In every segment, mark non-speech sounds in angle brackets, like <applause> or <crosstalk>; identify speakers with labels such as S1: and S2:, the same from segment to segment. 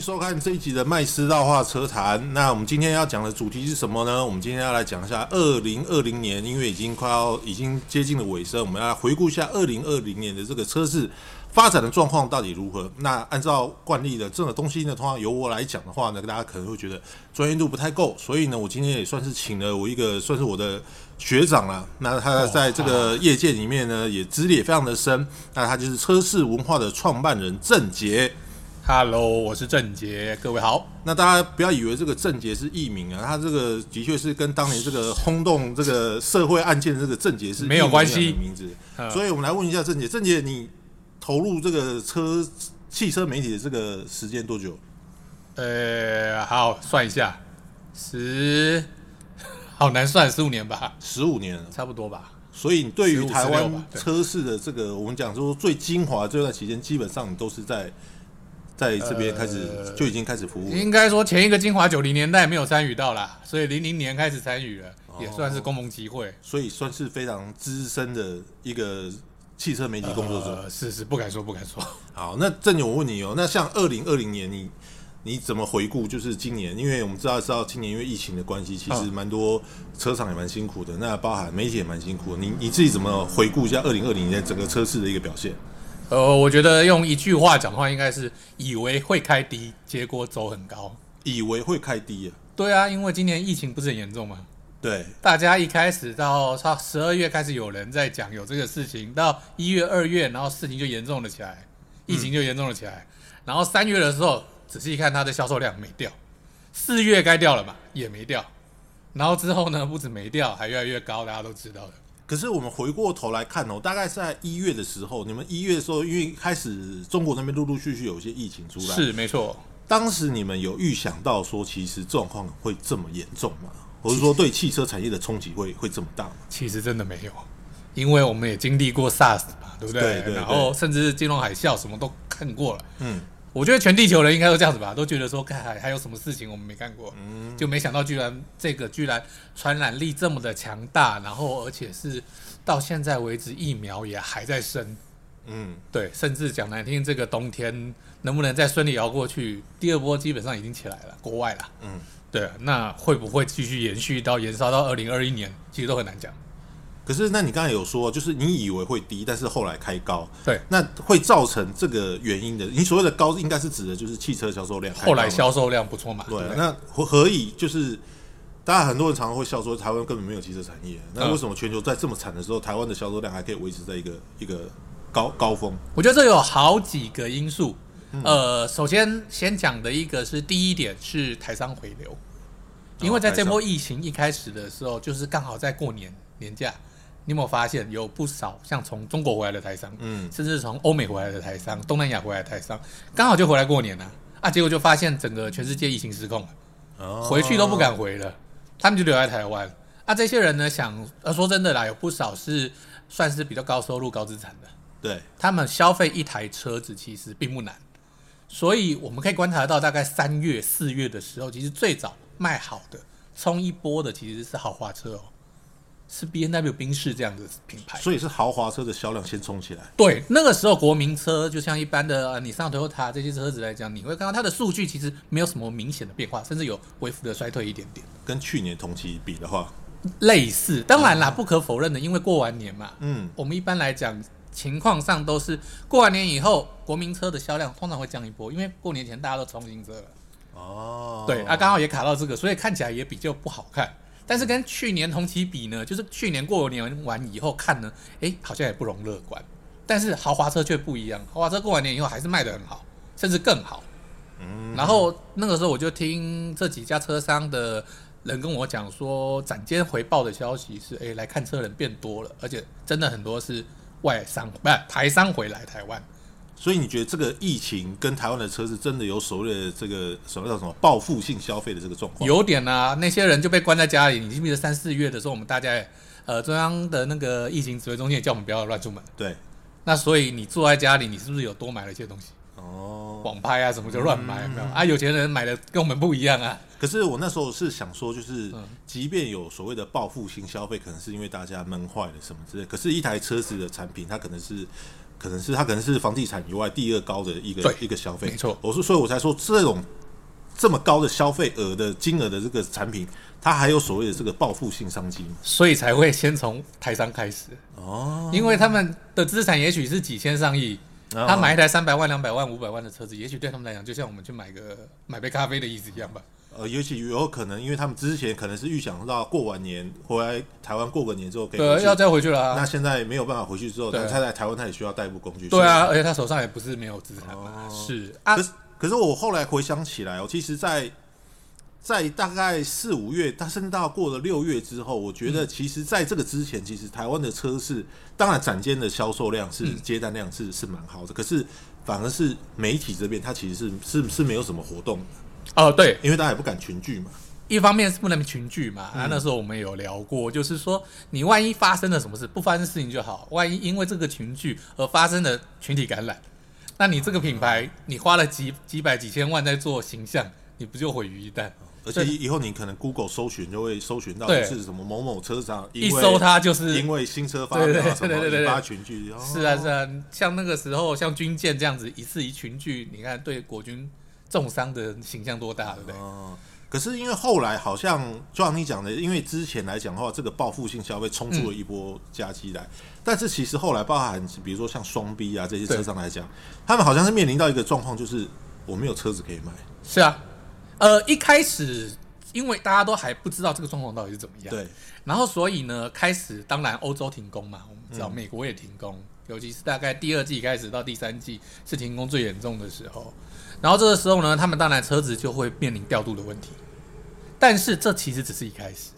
S1: 收看这一集的麦斯道话车谈。那我们今天要讲的主题是什么呢？我们今天要来讲一下二零二零年，因为已经快要已经接近了尾声，我们要来回顾一下二零二零年的这个车市发展的状况到底如何。那按照惯例的这个东西呢，通常由我来讲的话呢，大家可能会觉得专业度不太够，所以呢，我今天也算是请了我一个算是我的学长啦。那他在这个业界里面呢，也资历也非常的深。那他就是车市文化的创办人郑杰。
S2: Hello，我是郑杰，各位好。
S1: 那大家不要以为这个郑杰是艺名啊，他这个的确是跟当年这个轰动这个社会案件的这个郑杰是
S2: 没有
S1: 一模一样啊
S2: 关系嗯
S1: 的名字。所以我们来问一下郑杰，郑杰你投入这个车汽车媒体的这个时间多久？
S2: 呃，好，算一下，十， <laughs> 好难算，十五年吧，
S1: 十五年了。啊
S2: 差不多吧。
S1: 所以你对于
S2: 15
S1: 台
S2: 16
S1: 湾
S2: 吧对
S1: 车市的这个，我们讲说最精华这段期间，基本上你都是在在这边开始、就已经开始服务了。
S2: 呃应该说前一个精华九零年代没有参与到啦，所以零零年开始参与了，也算是公盟集会。
S1: 所以算是非常资深的一个汽车媒体工作者。
S2: 呃，是是，不敢说，不敢说。 <laughs>
S1: 好，那郑勇，我问你哦，那像二零二零年你，你怎么回顾？就是今年，因为我们知道知道今年因为疫情的关系，其实
S2: 嗯
S1: 蛮多车厂也蛮辛苦的，那包含媒体也蛮辛苦的。你你自己怎么回顾一下二零二零年整个车市的一个表现？
S2: 呃，我觉得用一句话讲的话，应该是以为会开低，结果走很高。
S1: 以为会开低啊，
S2: 对啊，因为今年疫情不是很严重吗？
S1: 对，
S2: 大家一开始到差十二月开始有人在讲有这个事情，到一月、二月，然后事情就严重了起来，疫情就严重了起来。然后三月的时候，仔细看它的销售量没掉，四月该掉了嘛也没掉，然后之后呢不止没掉，还越来越高，大家都知道的。
S1: 可是我们回过头来看哦，大概是在一月的时候，你们一月的时候，因为开始中国那边陆陆续续有一些疫情出来，
S2: 是没错，
S1: 当时你们有预想到说，其实状况会这么严重吗？或者说对汽车产业的冲击会会这么大吗？
S2: 其实真的没有，因为我们也经历过 SARS 嘛，对不对？
S1: 对对
S2: 然后甚至金融海啸什么都看过了。
S1: 嗯，
S2: 我觉得全地球人应该都这样子吧，都觉得说，看还还有什么事情我们没干过，
S1: 嗯
S2: 就没想到居然这个居然传染力这么的强大，然后而且是到现在为止疫苗也还在生，
S1: 嗯，
S2: 对，甚至讲难听，这个冬天能不能再顺利熬过去，第二波基本上已经起来了，国外了，
S1: 嗯，
S2: 对，啊那会不会继续延续到延烧到二零二一年，其实都很难讲，
S1: 可是，那你刚才有说，就是你以为会低，但是后来开高，
S2: 对，
S1: 那会造成这个原因的。你所谓的高，应该是指的就是汽车销售量开高嘛
S2: 后来销售量不错嘛，
S1: 对
S2: 不
S1: 啊，那何何以就是？大家很多人常常会笑说，台湾根本没有汽车产业，那
S2: 嗯
S1: 为什么全球在这么惨的时候，台湾的销售量还可以维持在一个一个高高峰？
S2: 我觉得这有好几个因素。呃，首先先讲的一个是第一点是台商回流，因为在这波疫情一开始的时候，就是刚好在过年年假，你有没有发现有不少像从中国回来的台商，
S1: 嗯，
S2: 甚至从欧美回来的台商、东南亚回来的台商，刚好就回来过年了啊，结果就发现整个全世界疫情失控了。
S1: 哦
S2: 回去都不敢回了，他们就留在台湾。啊，这些人呢，想呃，说真的啦，有不少是算是比较高收入、高资产的，
S1: 对，
S2: 他们消费一台车子其实并不难，所以我们可以观察到，大概三月、四月的时候，其实最早卖好的、冲一波的其实是豪华车哦，是 B N W 宾士这样的品牌。
S1: 所以是豪华车的销量先冲起来。
S2: 对，那个时候国民车就像一般的呃，你上 Toyota 这些车子来讲，你会看到它的数据其实没有什么明显的变化，甚至有微幅的衰退一点点。
S1: 跟去年同期比的话，
S2: 类似，当然啦，不可否认的，因为过完年嘛，
S1: 嗯，
S2: 我们一般来讲情况上都是过完年以后，国民车的销量通常会降一波，因为过年前大家都冲新车了，
S1: 哦，
S2: 对啊，刚好也卡到这个，所以看起来也比较不好看。但是跟去年同期比呢，就是去年过年完以后看呢，诶，好像也不容乐观。但是豪华车却不一样，豪华车过完年以后还是卖得很好，甚至更好。嗯，然后那个时候我就听这几家车商的人跟我讲说，展间回报的消息是，诶，来看车人变多了，而且真的很多是外商不是台商回来台湾。
S1: 所以你觉得这个疫情跟台湾的车是真的有所谓的这个什么叫什么报复性消费的这个状况？
S2: 有点啊，那些人就被关在家里。你记不记得三四月的时候，我们大家也呃中央的那个疫情指挥中心也叫我们不要乱出门。
S1: 对，
S2: 那所以你坐在家里，你是不是有多买了一些东西？
S1: 哦。嗯
S2: 网拍啊什么就乱买，有没有啊？有钱人买的跟我们不一样啊。
S1: 可是我那时候是想说，就是
S2: 嗯
S1: 即便有所谓的报复性消费，可能是因为大家闷坏了什么之类，可是一台车子的产品，它可能是。可能是它可能是房地产以外第二高的一个
S2: 对
S1: 一个消费，
S2: 没错
S1: 我是所以我才说这种这么高的消费额的金额的这个产品，它还有所谓的这个报复性商机吗？
S2: 所以才会先从台商开始，
S1: 哦，
S2: 因为他们的资产也许是几千上亿，
S1: 哦
S2: 他买一台三百万、两百万、五百万的车子，也许对他们来讲，就像我们去买个买杯咖啡的意思一样吧。
S1: 呃，尤其有可能，因为他们之前可能是预想到过完年回来台湾过个年之后可以回
S2: 对，
S1: 去
S2: 要再回去了、
S1: 那
S2: 啊。
S1: 现在没有办法回去之后，
S2: 对啊
S1: 但他在台湾他也需要代步工具。
S2: 对啊，而且他手上也不是没有资产嘛，
S1: 哦
S2: 是啊
S1: 所以，可，是可是我后来回想起来哦，其实在，在大概四五月，他甚至到过了六月之后，我觉
S2: 嗯
S1: 得其实在这个之前，其实台湾的车市，当然展间的销售量是、
S2: 嗯
S1: 接单量是是蛮好的，可是反而是媒体这边它其实是是是没有什么活动的，
S2: 哦，对，
S1: 因为大家也不敢群聚嘛。
S2: 一方面是不能群聚嘛，
S1: 嗯
S2: 啊，那时候我们有聊过，就是说你万一发生了什么事，不发生事情就好，万一因为这个群聚而发生了群体感染，那你这个品牌你花了几几百几千万在做形象，你不就毁于一旦？
S1: 而且
S2: 对
S1: 以后你可能 Google 搜寻就会搜寻到
S2: 对
S1: 是什么某某车厂，
S2: 一
S1: 因为
S2: 搜它就是
S1: 因为新车发表
S2: 对对
S1: 啊什
S2: 对
S1: 么
S2: 对对
S1: 引发群聚，哦
S2: 是啊是啊，像那个时候像军舰这样子一次一群聚，你看对国军重伤的形象多大，对不对？
S1: 哦，可是因为后来好像就像你讲的，因为之前来讲的话，这个报复性消费冲出了一波佳绩来，
S2: 嗯
S1: 但是其实后来包含比如说像双 B 啊这些
S2: 对
S1: 车商来讲，他们好像是面临到一个状况，就是我没有车子可以卖，
S2: 是啊，呃，一开始因为大家都还不知道这个状况到底是怎么样，
S1: 对，
S2: 然后所以呢，开始当然欧洲停工嘛，我们知道美国也停工，尤其是大概第二季开始到第三季是停工最严重的时候。然后这个时候呢，他们当然车子就会面临调度的问题。但是这其实只是一开始，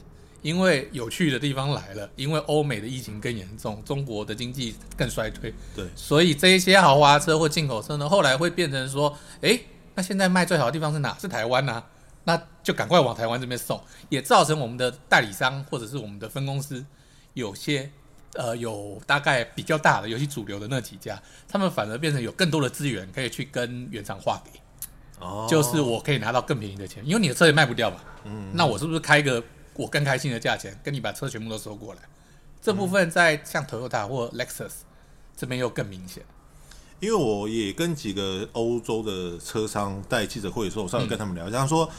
S2: 因为有趣的地方来了，因为欧美的疫情更严重，中国的经济更衰退，
S1: 对，
S2: 所以这一些豪华车或进口车呢，后来会变成说，诶，那现在卖最好的地方是哪？是台湾呐、那就赶快往台湾这边送，也造成我们的代理商或者是我们的分公司有些。呃，有大概比较大的，尤其主流的那几家，他们反而变成有更多的资源可以去跟原厂划给，
S1: 哦
S2: 就是我可以拿到更便宜的钱，因为你的车也卖不掉嘛。嗯，那我是不是开一个我更开心的价钱，跟你把车全部都收过来？这部分在像 Toyota 或 Lexus 这边又更明显。
S1: 因为我也跟几个欧洲的车商在记者会的时候，我稍微跟他们聊一下，他说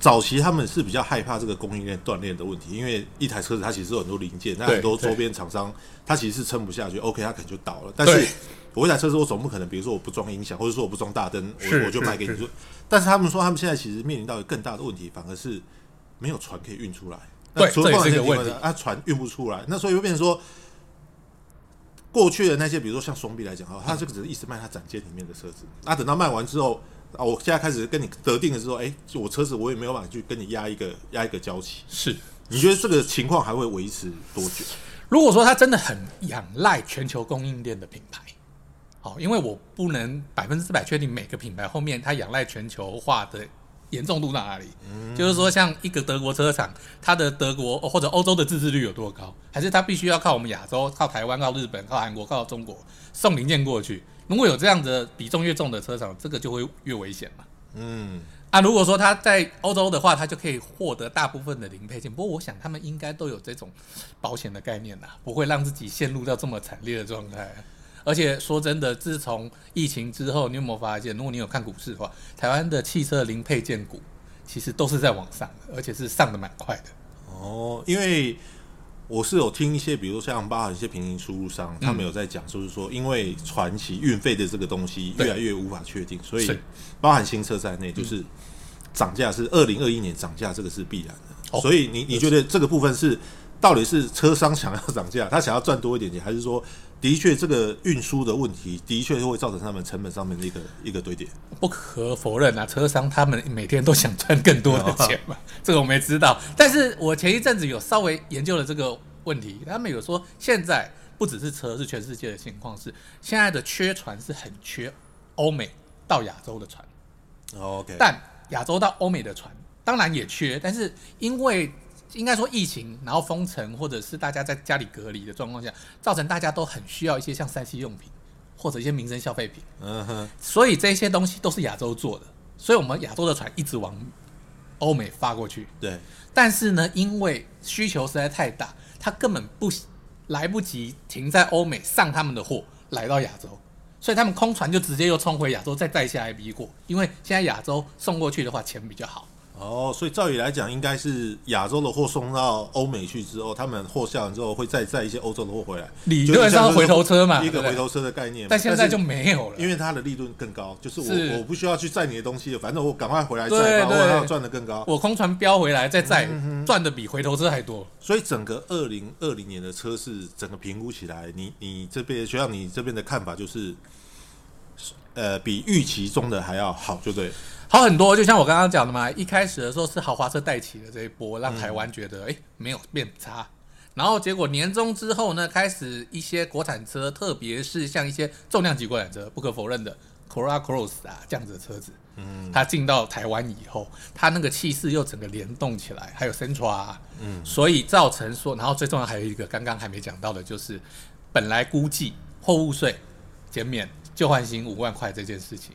S1: 早期他们是比较害怕这个供应链断裂的问题，因为一台车子它其实有很多零件，那
S2: 对
S1: 很多周边厂商它其实是撑不下去，OK，它可能就倒了。但是我一台车子，我总不可能，比如说我不装音响，或者说我不装大灯，
S2: 是
S1: 我我就是卖给你
S2: 是
S1: 说。但是他们说，他们现在其实面临到一个更大的问题，反而是没有船可以运出来。那
S2: 对
S1: 除了
S2: 这也
S1: 放
S2: 是一
S1: 在
S2: 个
S1: 地方
S2: 问
S1: 呢
S2: 题
S1: 啊，船运不出来，那所以会变成说，过去的那些，比如说像双臂来讲哈，他这个只是一直卖他展间里面的车子，那、等到卖完之后啊，我现在开始跟你得定了之后，哎、就我车子我也没有办法去跟你压一个压一个交期，
S2: 是，
S1: 你觉得这个情况还会维持多久？
S2: 如果说它真的很仰赖全球供应链的品牌，好，因为我不能百分之百确定每个品牌后面它仰赖全球化的严重度到哪里。就是说，像一个德国车厂，它的德国哦或者欧洲的自制率有多高，还是它必须要靠我们亚洲、靠台湾、靠日本、靠韩国、靠中国送零件过去？如果有这样的比重越重的车厂，这个就会越危险嘛。
S1: 嗯，
S2: 啊，如果说他在欧洲的话，他就可以获得大部分的零配件。不过我想他们应该都有这种保险的概念啦，不会让自己陷入到这么惨烈的状态。而且说真的，自从疫情之后，你有没有发现，如果你有看股市的话，台湾的汽车零配件股其实都是在往上的，而且是上的蛮快的。
S1: 哦，因为我是有听一些，比如像包含一些平行输入商，他
S2: 嗯
S1: 们有在讲，就是说，因为传奇运费的这个东西
S2: 对
S1: 越来越无法确定，所以
S2: 是嗯
S1: 包含新车在内，就是涨价是二零二一年涨价，这个是必然的。
S2: 哦
S1: 所以你你觉得这个部分是到底是车商想要涨价，他想要赚多一点钱，还是说的确这个运输的问题的确会造成他们成本上面的一个一个堆叠？
S2: 不可否认啊，车商他们每天都想赚更多的钱嘛， <laughs> 这个我没知道。但是我前一阵子有稍微研究了这个问题，他们有说现在不只是车，是全世界的情况是现在的缺船是很缺欧美到亚洲的船，
S1: 哦，OK，
S2: 但亚洲到欧美的船当然也缺，但是因为应该说疫情，然后封城或者是大家在家里隔离的状况下，造成大家都很需要一些像三 C 用品或者一些民生消费品。
S1: 嗯哼，
S2: 所以这些东西都是亚洲做的，所以我们亚洲的船一直往欧美发过去。
S1: 对，
S2: 但是呢，因为需求实在太大，它根本不来不及停在欧美上他们的货来到亚洲，所以他们空船就直接又冲回亚洲，再带下 IB 过，因为现在亚洲送过去的话钱比较好。
S1: 哦，所以照理来讲，应该是亚洲的货送到欧美去之后，他们货下完之后会再载一些欧洲的货回来，
S2: 理论上是回头车嘛
S1: 一个
S2: 对不对
S1: 回头车的概念嘛。
S2: 但现在
S1: 是
S2: 就没有了，
S1: 因为它的利润更高，就是我
S2: 是
S1: 我不需要去载你的东西了，反正我赶快回来
S2: 对
S1: 载吧，
S2: 对
S1: 我要赚的更高。
S2: 我空船飙回来再载，赚的比回头车还多。
S1: 所以整个二零二零年的车市，整个评估起来，你你这边学校你这边的看法就是，呃，比预期中的还要好，就对了。
S2: 好很多，就像我刚刚讲的嘛，一开始的时候是豪华车带起的这一波，让台湾觉得哎、诶没有变差。然后结果年终之后呢，开始一些国产车，特别是像一些重量级国产车，不可否认的 Corolla Cross 啊这样子的车子，嗯，它进到台湾以后，它那个气势又整个联动起来，还有 Sentra，、啊、嗯，所以造成说，然后最重要还有一个刚刚还没讲到的，就是本来估计货物税减免旧换新五万块这件事情，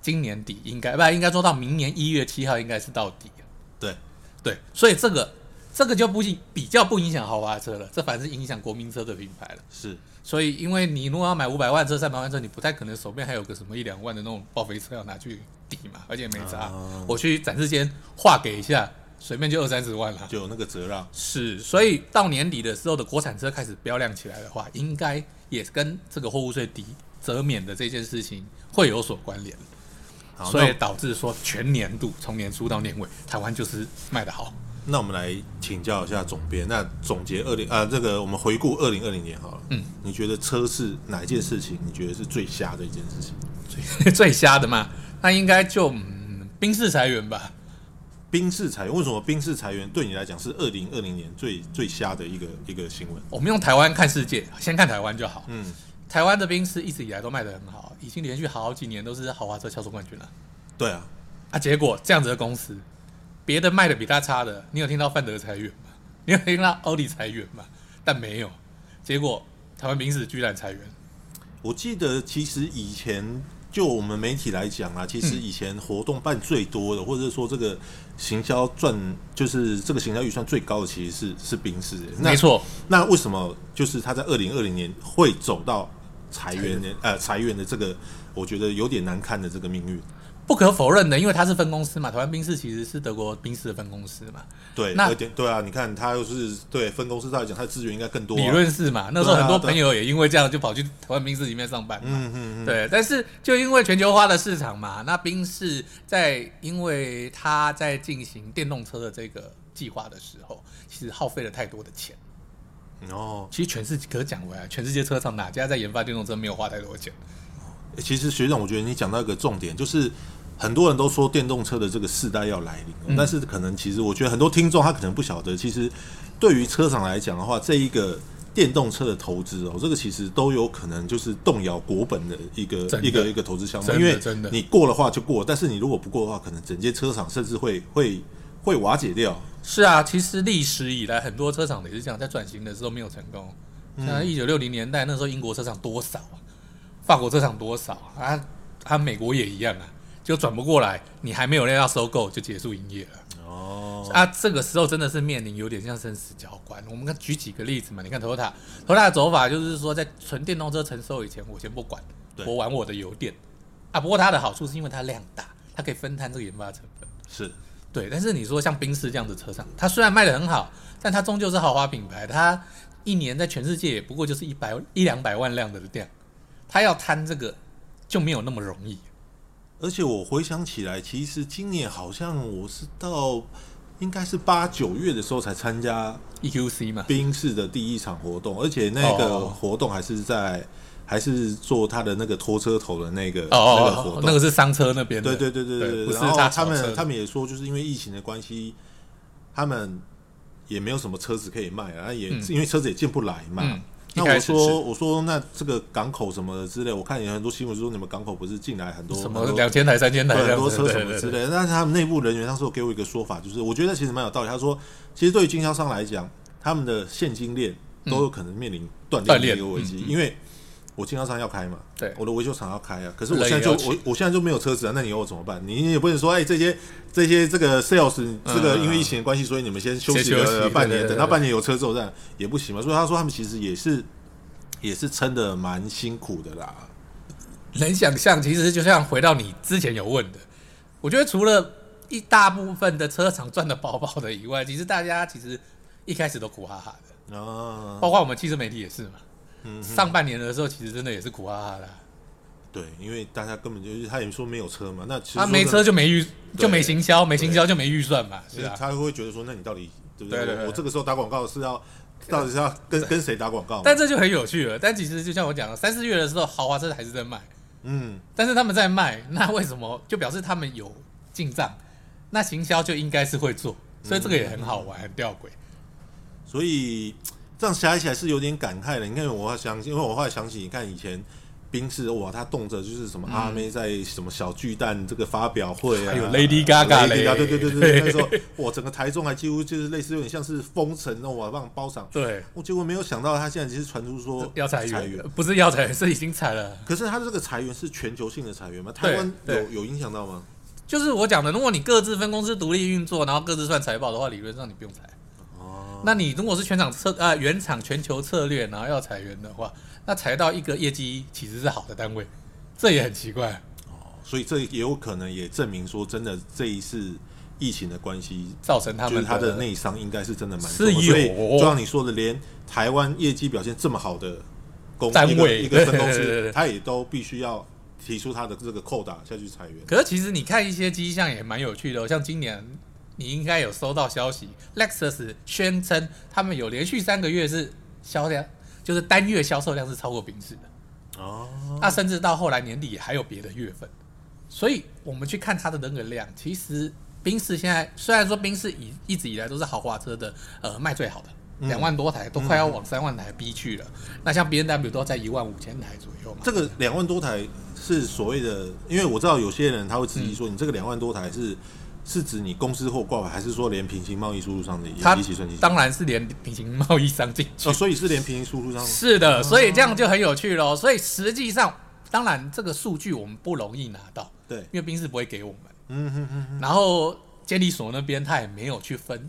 S2: 今年底应该哎不应该说到明年一月七号应该是到底了
S1: 对，
S2: 对，所以这个这个就不影比较不影响豪华车了，这反而是影响国民车的品牌了。
S1: 是
S2: 所以，因为你如果要买五百万车、三百万车，你不太可能手边还有个什么一两万的那种报废车要拿去抵嘛，而且没差。
S1: 啊
S2: 我去展示间划给一下，随便就二三十万了。
S1: 就有那个折让。
S2: 是，所以到年底的时候的国产车开始标量起来的话，应该也跟这个货物税抵折免的这件事情会有所关联。
S1: 好，
S2: 所
S1: 那
S2: 以导致说全年度从年初到年尾，台湾就是卖得好。 <laughs>
S1: 那我们来请教一下总编，那总结二零啊，这个我们回顾二零二零年好了。
S2: 嗯，
S1: 你觉得车是哪一件事情？你觉得是最瞎的一件事情？
S2: 最瞎的嘛，那应该就嗯，冰室裁员吧。
S1: 冰室裁员，为什么冰室裁员对你来讲是二零二零年最最瞎的一个一个新闻？
S2: 我们用台湾看世界，先看台湾就好。
S1: 嗯，
S2: 台湾的冰室一直以来都卖得很好，已经连续好几年都是豪华车销售冠军了。
S1: 对啊，
S2: 啊，结果这样子的公司，别的卖的比他差的，你有听到范德裁员吗？ <laughs> 你有听到奥利裁员吗？但没有，结果台湾冰室居然裁员。
S1: 我记得其实以前就我们媒体来讲啊，其实以前活动办最多的，或者是说这个行销赚，就是这个行销预算最高的，其实是是冰室。那
S2: 没错，
S1: 那为什么就是他在二零二零年会走到裁员的呃裁员的这个，我觉得有点难看的这个命运？
S2: 不可否认的，因为它是分公司嘛，台湾冰室其实是德国冰室的分公司嘛。
S1: 对，
S2: 那
S1: 有点对啊，你看他又是对分公司上来讲，他的资源应该更多、啊。
S2: 理论是嘛，那时候很多朋友也因为这样就跑去台湾冰室里面上班嘛。
S1: 嗯嗯
S2: 对，但是就因为全球化的市场嘛，那冰室在因为它在进行电动车的这个计划的时候，其实耗费了太多的钱。
S1: 嗯，哦，
S2: 其实全世界可是讲回来，全世界车厂哪家在研发电动车没有花太多钱？
S1: 欸其实学长，我觉得你讲到一个重点，就是很多人都说电动车的这个世代要来临
S2: 嗯
S1: 了，但是可能其实我觉得很多听众他可能不晓得，其实对于车厂来讲的话，这一个电动车的投资哦，这个其实都有可能就是动摇国本的一个
S2: 真的
S1: 一个一个投资项目，
S2: 真的
S1: 因为
S2: 真的
S1: 你过的话就过，但是你如果不过的话，可能整间车厂甚至会会会瓦解掉。
S2: 是啊，其实历史以来很多车厂也是这样，在转型的时候没有成功。像一九六零年代那时候，英国车厂多少啊，法国车厂多少啊，啊，啊美国也一样啊，就转不过来，你还没有人要收购就结束营业了。
S1: 哦，
S2: 啊，这个时候真的是面临有点像生死交关。我们看举几个例子嘛，你看 Toyota，Toyota 的走法就是说，在纯电动车成熟以前，我先不管
S1: 对，
S2: 我玩我的油电。啊，不过它的好处是因为它量大，它可以分摊这个研发成本。
S1: 是
S2: 对，但是你说像宾士这样的车厂，它虽然卖得很好，但它终究是豪华品牌，它一年在全世界也不过就是一百一两百万辆的量，它要摊这个就没有那么容易。
S1: 而且我回想起来，其实今年好像我是到应该是八九月的时候才参加
S2: EQC 嘛，
S1: 冰室的第一场活动，而且那个
S2: 哦
S1: 活动还是在还是做他的那个拖车头的那个
S2: 哦
S1: 那个
S2: 哦
S1: 活
S2: 哦
S1: 动，，
S2: 那个是商车那边的，
S1: 对对对对
S2: 对不是
S1: 然后
S2: 他
S1: 他
S2: 炒车
S1: 们
S2: 的
S1: 他们也说，就是因为疫情的关系，他们也没有什么车子可以卖，然后也、
S2: 嗯
S1: 因为车子也进不来嘛。
S2: 嗯
S1: 那
S2: 一开
S1: 我
S2: 始是
S1: 说我说那这个港口什么的之类，我看有很多新闻说你们港口不是进来很多
S2: 什
S1: 很
S2: 么
S1: 多
S2: 两千台、三千台
S1: 对
S2: 这
S1: 很
S2: 样
S1: 多
S2: 子，
S1: 车
S2: 对
S1: 什
S2: 对
S1: 么
S2: 对
S1: 之类的。但是他们内部人员，他说给我一个说法，就是我觉得其实蛮有道理。他说，其实对于经销商来讲，他们的现金链都有可能面临断
S2: 嗯断
S1: 裂
S2: 裂嗯
S1: 的一个危机，因为我经销商要开嘛，
S2: 对
S1: 我的维修厂要开啊。可是我
S2: 人
S1: 现在
S2: 也要
S1: 就我我现在就没有车子啊，那你要我怎么办？你也不能说，哎，这些这些这个 sales 这个
S2: 嗯
S1: 因为疫情的关系，所以你们先休息
S2: 先休息
S1: 了
S2: 对
S1: 半
S2: 对
S1: 年，
S2: 对
S1: 等到半年有车之后，这样也不行嘛。所以他说他们其实也是也是撑的蛮辛苦的啦。
S2: 能想象，其实就像回到你之前有问的，我觉得除了一大部分的车厂赚的饱饱的以外，其实大家其实一开始都苦哈哈的，
S1: 啊，
S2: 包括我们汽车媒体也是嘛。
S1: 嗯
S2: 上半年的时候，其实真的也是苦哈哈的啊、
S1: 对，因为大家根本就是他也说没有车嘛，那其实
S2: 他、啊没
S1: 说
S2: 车就没预就没行销，没
S1: 对
S2: 行销就没预算嘛，
S1: 其
S2: 是
S1: 实
S2: 啊。
S1: 他会觉得说，那你到底对不
S2: 对对对
S1: 我这个时候打广告是要到底是要跟跟谁打广告嘛？
S2: 但这就很有趣了。但其实就像我讲的，三四月的时候，豪华车还是在卖，
S1: 嗯，
S2: 但是他们在卖，那为什么就表示他们有进账？那行销就应该是会做，所以这个也很好玩，很吊诡。
S1: 所以这样想起来是有点感慨的。你看，我想起，因为我后来想起，你看以前。宾士哇，他动辄就是什么阿妹在什么小巨蛋这个发表会啊，
S2: 嗯还有 Lady Gaga 嘞
S1: Lady Gaga，对对对对，那时候哇，整个台中还几乎就是类似有点像是封城那种哇，帮包场。
S2: 对，
S1: 我结果没有想到，他现在其实传出说
S2: 要裁
S1: 裁
S2: 员，不是要裁员，是已经裁了。
S1: 可是他这个裁员是全球性的裁员吗？
S2: 对
S1: 台湾
S2: 对
S1: 有有影响到吗？
S2: 就是我讲的，如果你各自分公司独立运作，然后各自算财报的话，理论上你不用裁。
S1: 哦，
S2: 那你如果是全场策啊、原厂全球策略，然后要裁员的话，那裁到一个业绩其实是好的单位，这也很奇怪。
S1: 哦所以这也有可能也证明说，真的这一次疫情的关系，
S2: 造成他
S1: 就是
S2: 们
S1: 它的
S2: 的
S1: 内伤应该是真的蛮
S2: 是
S1: 重的。所以
S2: 有哦
S1: 就像你说的，连台湾业绩表现这么好的公
S2: 单位
S1: 一个一个分公
S2: <laughs> 对对对
S1: 司
S2: 对，
S1: 他也都必须要提出他的这个扣打下去裁员。
S2: 可是其实你看一些迹象也蛮有趣的、哦，像今年你应该有收到消息，Lexus 宣称他们有连续三个月是销量，就是单月销售量是超过宾士的，
S1: 哦，
S2: 那、甚至到后来年底还有别的月份，所以我们去看它的那个量，其实宾士现在虽然说宾士以一直以来都是豪华车的呃卖最好的。
S1: 嗯
S2: 两万多台都快要往三万台逼去了，那像 B N W 都在一万五千台左右嘛。
S1: 这个两万多台是所谓的，因为我知道有些人他会质疑
S2: 嗯
S1: 说，你这个两万多台是是指你公司或挂牌，还是说连平行贸易输入商的也
S2: 它
S1: 一起算进去？
S2: 当然是连平行贸易商进去
S1: 哦，所以是连平行输入商吗。
S2: 是的，所以这样就很有趣喽。所以实际上，当然这个数据我们不容易拿到，
S1: 对，
S2: 因为宾士不会给我们。
S1: 嗯哼哼哼，
S2: 然后监理所那边他也没有去分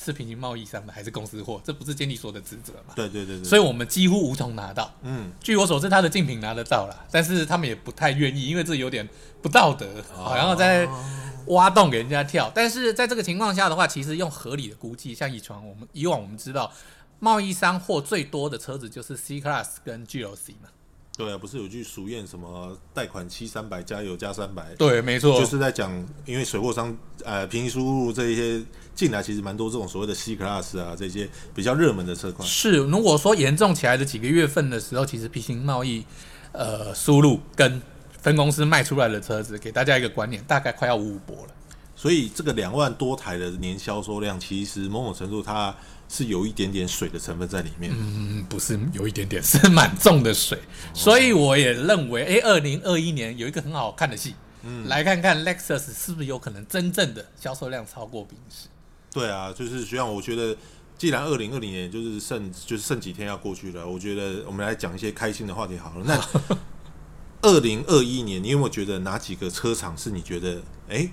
S2: 是平行贸易商的还是公司货，这不是监理所的职责嘛？
S1: 对对对对，
S2: 所
S1: 以
S2: 以我们几乎无从拿到。
S1: 嗯，
S2: 据我所知，他的竞品拿得到啦，但是他们也不太愿意，因为这有点不道德，好像在挖洞给人家跳。但是在这个情况下的话，其实用合理的估计，像以前我们以往我们知道，贸易商货最多的车子就是 C Class 跟 GLC 嘛。
S1: 对啊，不是有句俗谚什么贷款七三百，加油加三百，
S2: 对，没错，
S1: 就是在讲，因为水货商呃平行输入这一些进来，其实蛮多这种所谓的 C class 啊，这些比较热门的车款。
S2: 是，如果说严重起来的几个月份的时候，其实平行贸易，呃，输入跟分公司卖出来的车子，给大家一个观念，大概快要五五波了。
S1: 所以这个两万多台的年销售量，其实某种程度它是有一点点水的成分在里面。
S2: 嗯，不是有一点点， <laughs> 是蛮重的水，所以我也认为，哎，二零二一年有一个很好看的戏，来看看 Lexus 是不是有可能真正的销售量超过宾士。
S1: 对啊，就是实际上我觉得，既然二零二零年就是剩就是剩几天要过去了，我觉得我们来讲一些开心的话题好了。那 <laughs> 二零二一年，你有没有觉得哪几个车厂是你觉得哎、诶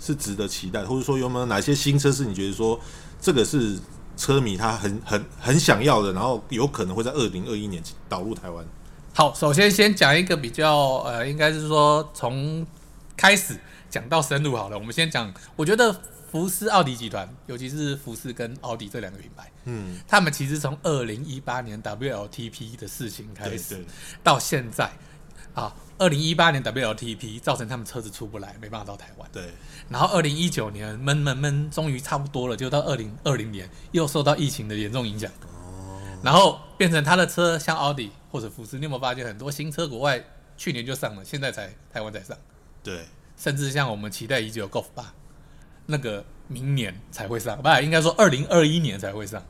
S1: 是值得期待，或者说有没有哪些新车是你觉得说这个是车迷他很很很想要的，然后有可能会在二零二一年导入台湾？
S2: 好，首先先讲一个比较呃，应该是说从开始讲到深入好了。我们先讲，我觉得福斯奥迪集团，尤其是福斯跟奥迪这两个品牌，
S1: 嗯，
S2: 他们其实从二零一八年 WLTP 的事情开
S1: 对
S2: 始，
S1: 对，
S2: 到现在啊，二零一八年 WLTP 造成他们车子出不来，没办法到台湾。
S1: 对，
S2: 然后二零一九年闷闷闷，终于差不多了，就到二零二零年又受到疫情的严重影响，
S1: 哦
S2: 然后变成他的车像奥迪或者福斯，你有没有发现很多新车国外去年就上了，现在才台湾才上，
S1: 对，
S2: 甚至像我们期待已久的 Golf 八，那个明年才会上，不，应该说二零二一年才会上。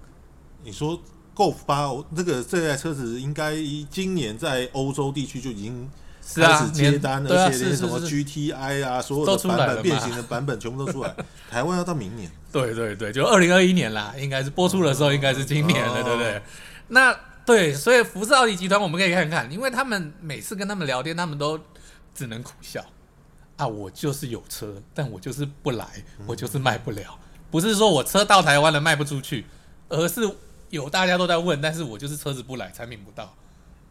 S1: 你说 Golf 八那个这台车子应该今年在欧洲地区就已经
S2: 是
S1: 开
S2: 啊
S1: 始，接单，
S2: 年对啊，
S1: 而且
S2: 是
S1: 连
S2: 是
S1: 什么
S2: 是，
S1: GTI 啊，所有
S2: 都
S1: 的
S2: 出
S1: 版
S2: 来了嘛
S1: 本变形的版本全部都出
S2: <laughs>
S1: 来。台湾要到明年，
S2: 对对对，就二零二一年啦，应该是播出的时候应该是今年了，
S1: 哦
S2: 对不对？那对，所以福斯奥迪集团我们可以看看，因为他们每次跟他们聊天，他们都只能苦笑啊，我就是有车，但我就是不来，我就是卖不了，不是说我车到台湾了卖不出去，而是有大家都在问，但是我就是车子不来，产品不到。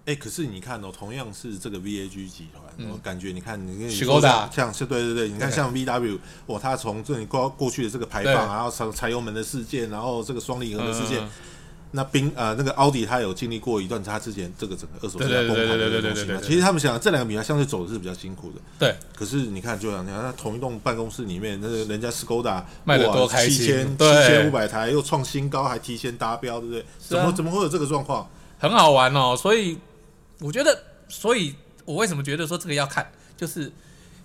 S1: 哎，可是你看哦，同样是这个 VAG 集团，
S2: 嗯
S1: 我感觉你看，你跟你
S2: Skoda
S1: 像是对对对，你看
S2: 对
S1: 像 VW，哇，它从这里过过去的这个排放，
S2: 对
S1: 然后柴柴油门的事件，然后这个双离合的事件
S2: 嗯，
S1: 那宾呃那个奥迪它有经历过一段它之前这个整个二手车
S2: 对对
S1: 崩
S2: 对
S1: 盘
S2: 对
S1: 的
S2: 对对
S1: 东西
S2: 对
S1: 嘛
S2: 对，对
S1: 其实他们想这两个品牌相对走的是比较辛苦的，
S2: 对，
S1: 可是你看，就像你看，那同一栋办公室里面，那个人家 Skoda
S2: 卖得多开
S1: 七
S2: 心
S1: 千七
S2: 对
S1: 千五百台又创新高，还提前达标，对不对？怎
S2: 啊
S1: 么怎么会有这个状况？
S2: 很好玩哦。所以我觉得，所以我为什么觉得说这个要看，就是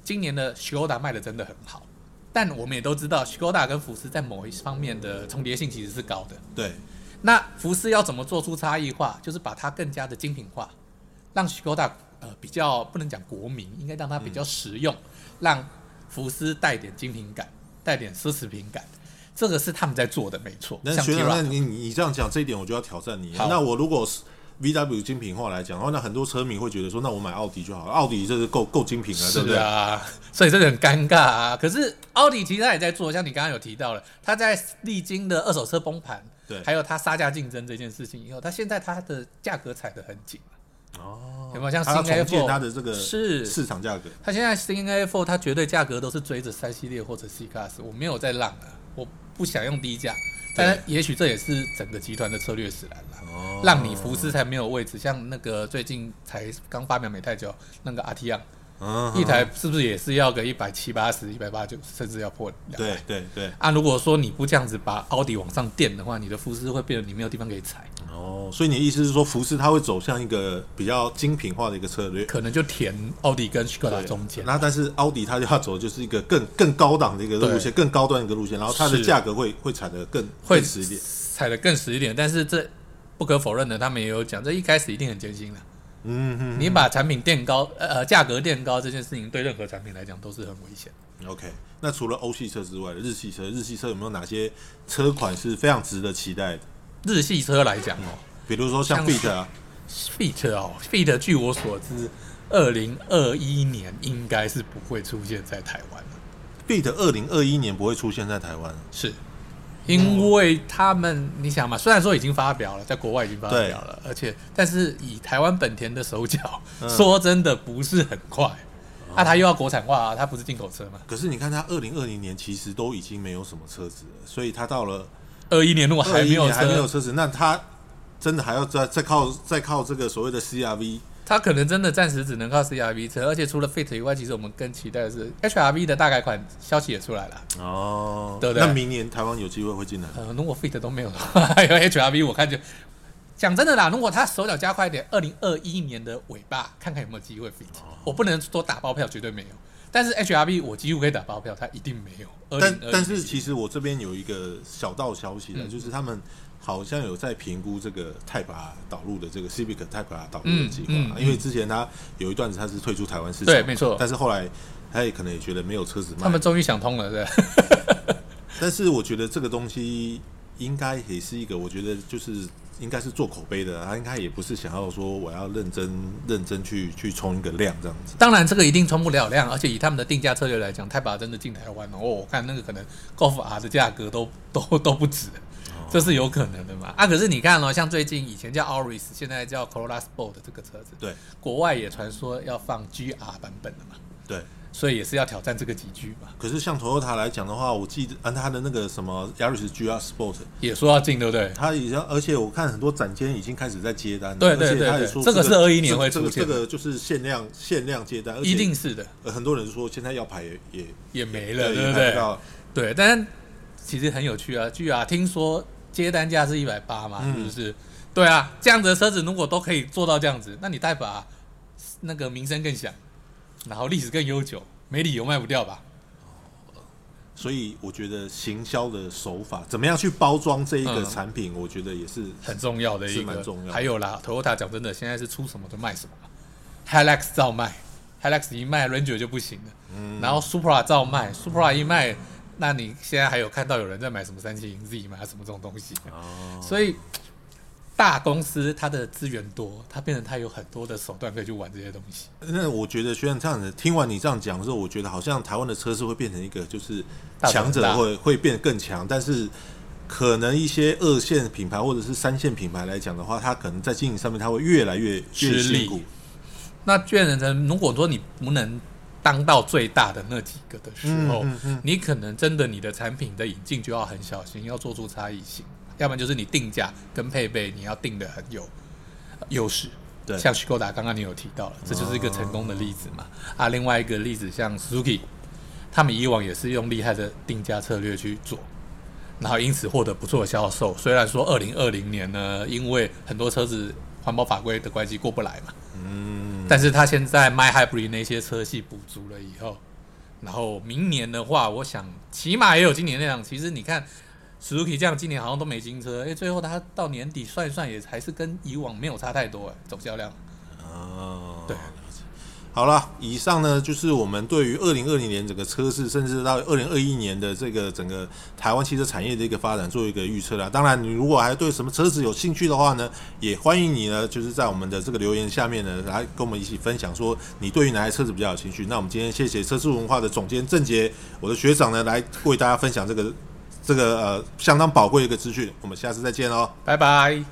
S2: 今年的 Skoda 卖的真的很好，但我们也都知道 Skoda 跟福斯在某一方面的重叠性其实是高的。
S1: 对，
S2: 那福斯要怎么做出差异化？就是把它更加的精品化，让 Skoda 呃比较不能讲国民，应该让它比较实用，让福斯带点精品感，带点奢侈品感，这个是他们在做的，没错。
S1: 那
S2: 像
S1: 学长，那
S2: T-Roc
S1: 你你你这样讲这一点，我就要挑战你。
S2: 好
S1: 那我如果是 VW 精品化来讲的话，哦那很多车迷会觉得说，那我买奥迪就好了，奥迪这是够够精品了，对不
S2: 是
S1: 对？
S2: 啊， <laughs> 所以这个很尴尬啊。可是奥迪其实它也在做，像你刚刚有提到了，它在历经的二手车崩盘，
S1: 对
S2: 还有它杀价竞争这件事情以后，它现在它的价格踩得很紧，
S1: 哦，
S2: 有没有像
S1: 它要
S2: 新
S1: 重
S2: iPhone
S1: 建它的这个
S2: 是
S1: 市场价格，
S2: 它现在新 iPhone 它绝对价格都是追着三系列或者 C Class，我没有在浪了，我不想用低价，
S1: 对
S2: 但也许这也是整个集团的策略使然啦。
S1: 哦
S2: 让你福斯才没有位置，像那个最近才刚发表没太久那个阿提昂，
S1: 嗯
S2: 一台是不是也是要个一百七八十、一百八九，甚至要破两
S1: 对对对，
S2: 啊？如果说你不这样子把奥迪往上垫的话，你的福斯会变得你没有地方可以踩，
S1: 哦，所以你的意思是说，福斯它会走向一个比较精品化的一个策略？
S2: 可能就填奥迪跟 s k o d a
S1: 对
S2: 中间。
S1: 那但是奥迪它就要走的就是一个更更高档的一个路线，
S2: 对
S1: 更高端的一个路线，然后它的
S2: 是
S1: 价格会会踩得更
S2: 会
S1: 更实一点。
S2: 踩得更实一点。但是这不可否认的，他们也有讲，这一开始一定很艰辛的。
S1: 嗯
S2: 你把产品垫高，呃呃，价格垫高这件事情，对任何产品来讲都是很危险。
S1: 哼，OK。那除了欧系车之外的日系车，日系车有没有哪些车款是非常值得期待的？
S2: 日系车来讲哦
S1: 比如说像
S2: 像
S1: Beat 啊，
S2: ，Fit 哦，Fit，据我所知，二零二一年应该是不会出现在台湾了。
S1: ，Beat 二零二一年不会出现在台湾。
S2: 是因为他们，你想嘛，虽然说已经发表了，在国外已经发
S1: 对
S2: 表了，而且但是以台湾本田的手脚，
S1: 嗯哦
S2: 说真的不是很快。那、它又要国产化啊，它不是进口车嘛？
S1: 可是你看，它二零二零年其实都已经没有什么车子了，所以它到了
S2: 二一年如果还没
S1: 21
S2: 有
S1: 年还没有
S2: 车，
S1: 车子，那它真的还要再再靠再靠这个所谓的 CRV
S2: 它可能真的暂时只能靠 CRV 车，而且除了 Fit 以外，其实我们更期待的是 HRV 的大改款消息也出来了。
S1: 哦，
S2: 对不对
S1: 那明年台湾有机会会进来吗。
S2: 呃，如果 Fit 都没有的话，还有 HRV，我看就讲真的啦，如果他手脚加快一点，二零二一年的尾巴看看有没有机会 Fit，
S1: 哦
S2: 我不能说打包票绝对没有，但是 HRV 我几乎可以打包票，它一定没有。
S1: 但
S2: 2021
S1: 但是其实我这边有一个小道消息呢，
S2: 嗯
S1: 就是他们好像有在评估这个 Type R 导入的这个 Civic Type R 导入的
S2: 嗯
S1: 计划
S2: 嗯
S1: 啊，
S2: 嗯
S1: 因为之前它有一段子它是退出台湾市场，
S2: 对没错
S1: 但是后来他也可能也觉得没有车子卖，
S2: 他们终于想通了，对。 <laughs>
S1: 但是我觉得这个东西应该也是一个，我觉得就是应该是做口碑的，他应该也不是想要说我要认真认真去去冲一个量这样子。
S2: 当然，这个一定冲不了量，而且以他们的定价策略来讲，泰把真的进台湾哦，我看那个可能 Golf R 的价格都都都不止，
S1: 哦
S2: 这是有可能的嘛？啊，可是你看哦，像最近以前叫 Auris，现在叫 Corolla Sport 的这个车子，
S1: 对
S2: 国外也传说要放 GR 版本了嘛，
S1: 对。
S2: 所以也是要挑战这个极具嘛，
S1: 可是像 Toyota 来讲的话，我记得按它的那个什么 Yaris GR Sport，
S2: 也说要进，对不对？
S1: 它已经，而且我看很多展间已经开始在接单了，
S2: 对对
S1: 而且它
S2: 对
S1: 也
S2: 对
S1: 说
S2: 这个是21年会
S1: 这个
S2: 出现
S1: 这个就是限量限量接单，而且
S2: 一定是的，
S1: 呃很多人说现在要排也也
S2: 也没了，对
S1: 也
S2: 不
S1: 排
S2: 对
S1: 不？到，
S2: 对，但是其实很有趣啊。据啊，听说接单价是一百八嘛，
S1: 嗯
S2: 是不是？对啊，这样子的车子如果都可以做到这样子，那你代把那个名声更响，然后历史更悠久，没理由卖不掉吧？
S1: 所以我觉得行销的手法怎么样去包装这一个
S2: 嗯
S1: 产品，我觉得也是
S2: 很重要的一个，
S1: 是蛮重要的
S2: 还有啦，Toyota 讲真的，现在是出什么就卖什么，Hilux 照卖，Hilux 一卖 Ranger 就不行了，然后 Supra 照卖，Supra 一卖，那你现在还有看到有人在买什么三七零 Z 吗？什么这种东西？
S1: 哦，
S2: 所以大公司它的资源多，它变成它有很多的手段可以去玩这些东西。
S1: 那我觉得学长这样子，听完你这样讲的时候，我觉得好像台湾的车是会变成一个就是
S2: 大
S1: 强者
S2: 长大
S1: 会会变得更强，但是可能一些二线品牌或者是三线品牌来讲的话，它可能在经营上面它会越来越越
S2: 吃力
S1: 辛苦。
S2: 那卷人呢？如果说你不能当到最大的那几个的时候，
S1: 嗯嗯嗯
S2: 你可能真的你的产品的引进就要很小心，要做出差异性，要不然就是你定价跟配备你要定的很有优势。
S1: 对
S2: 像徐 o 达刚刚你有提到了，这就是一个成功的例子嘛。啊，另外一个例子像 Suzuki，他们以往也是用厉害的定价策略去做，然后因此获得不错的销售。虽然说二零二零年呢，因为很多车子环保法规的关系过不来嘛，嗯，但是他现在 My Hybrid 那些车系补足了以后，然后明年的话，我想起码也有今年那样。其实你看 Suzuki 这样，今年好像都没新车，哎、最后他到年底算一算，也还是跟以往没有差太多，哎，总销量。
S1: 哦，
S2: 对
S1: 好了，以上呢就是我们对于二零二零年整个车市，甚至到二零二一年的这个整个台湾汽车产业的一个发展做一个预测啦。当然，你如果还对什么车子有兴趣的话呢，也欢迎你呢，就是在我们的这个留言下面呢，来跟我们一起分享说你对于哪台车子比较有兴趣。那我们今天谢谢车市文化的总监郑杰，我的学长呢，来为大家分享这个这个呃相当宝贵的一个资讯。我们下次再见喽。
S2: 拜拜。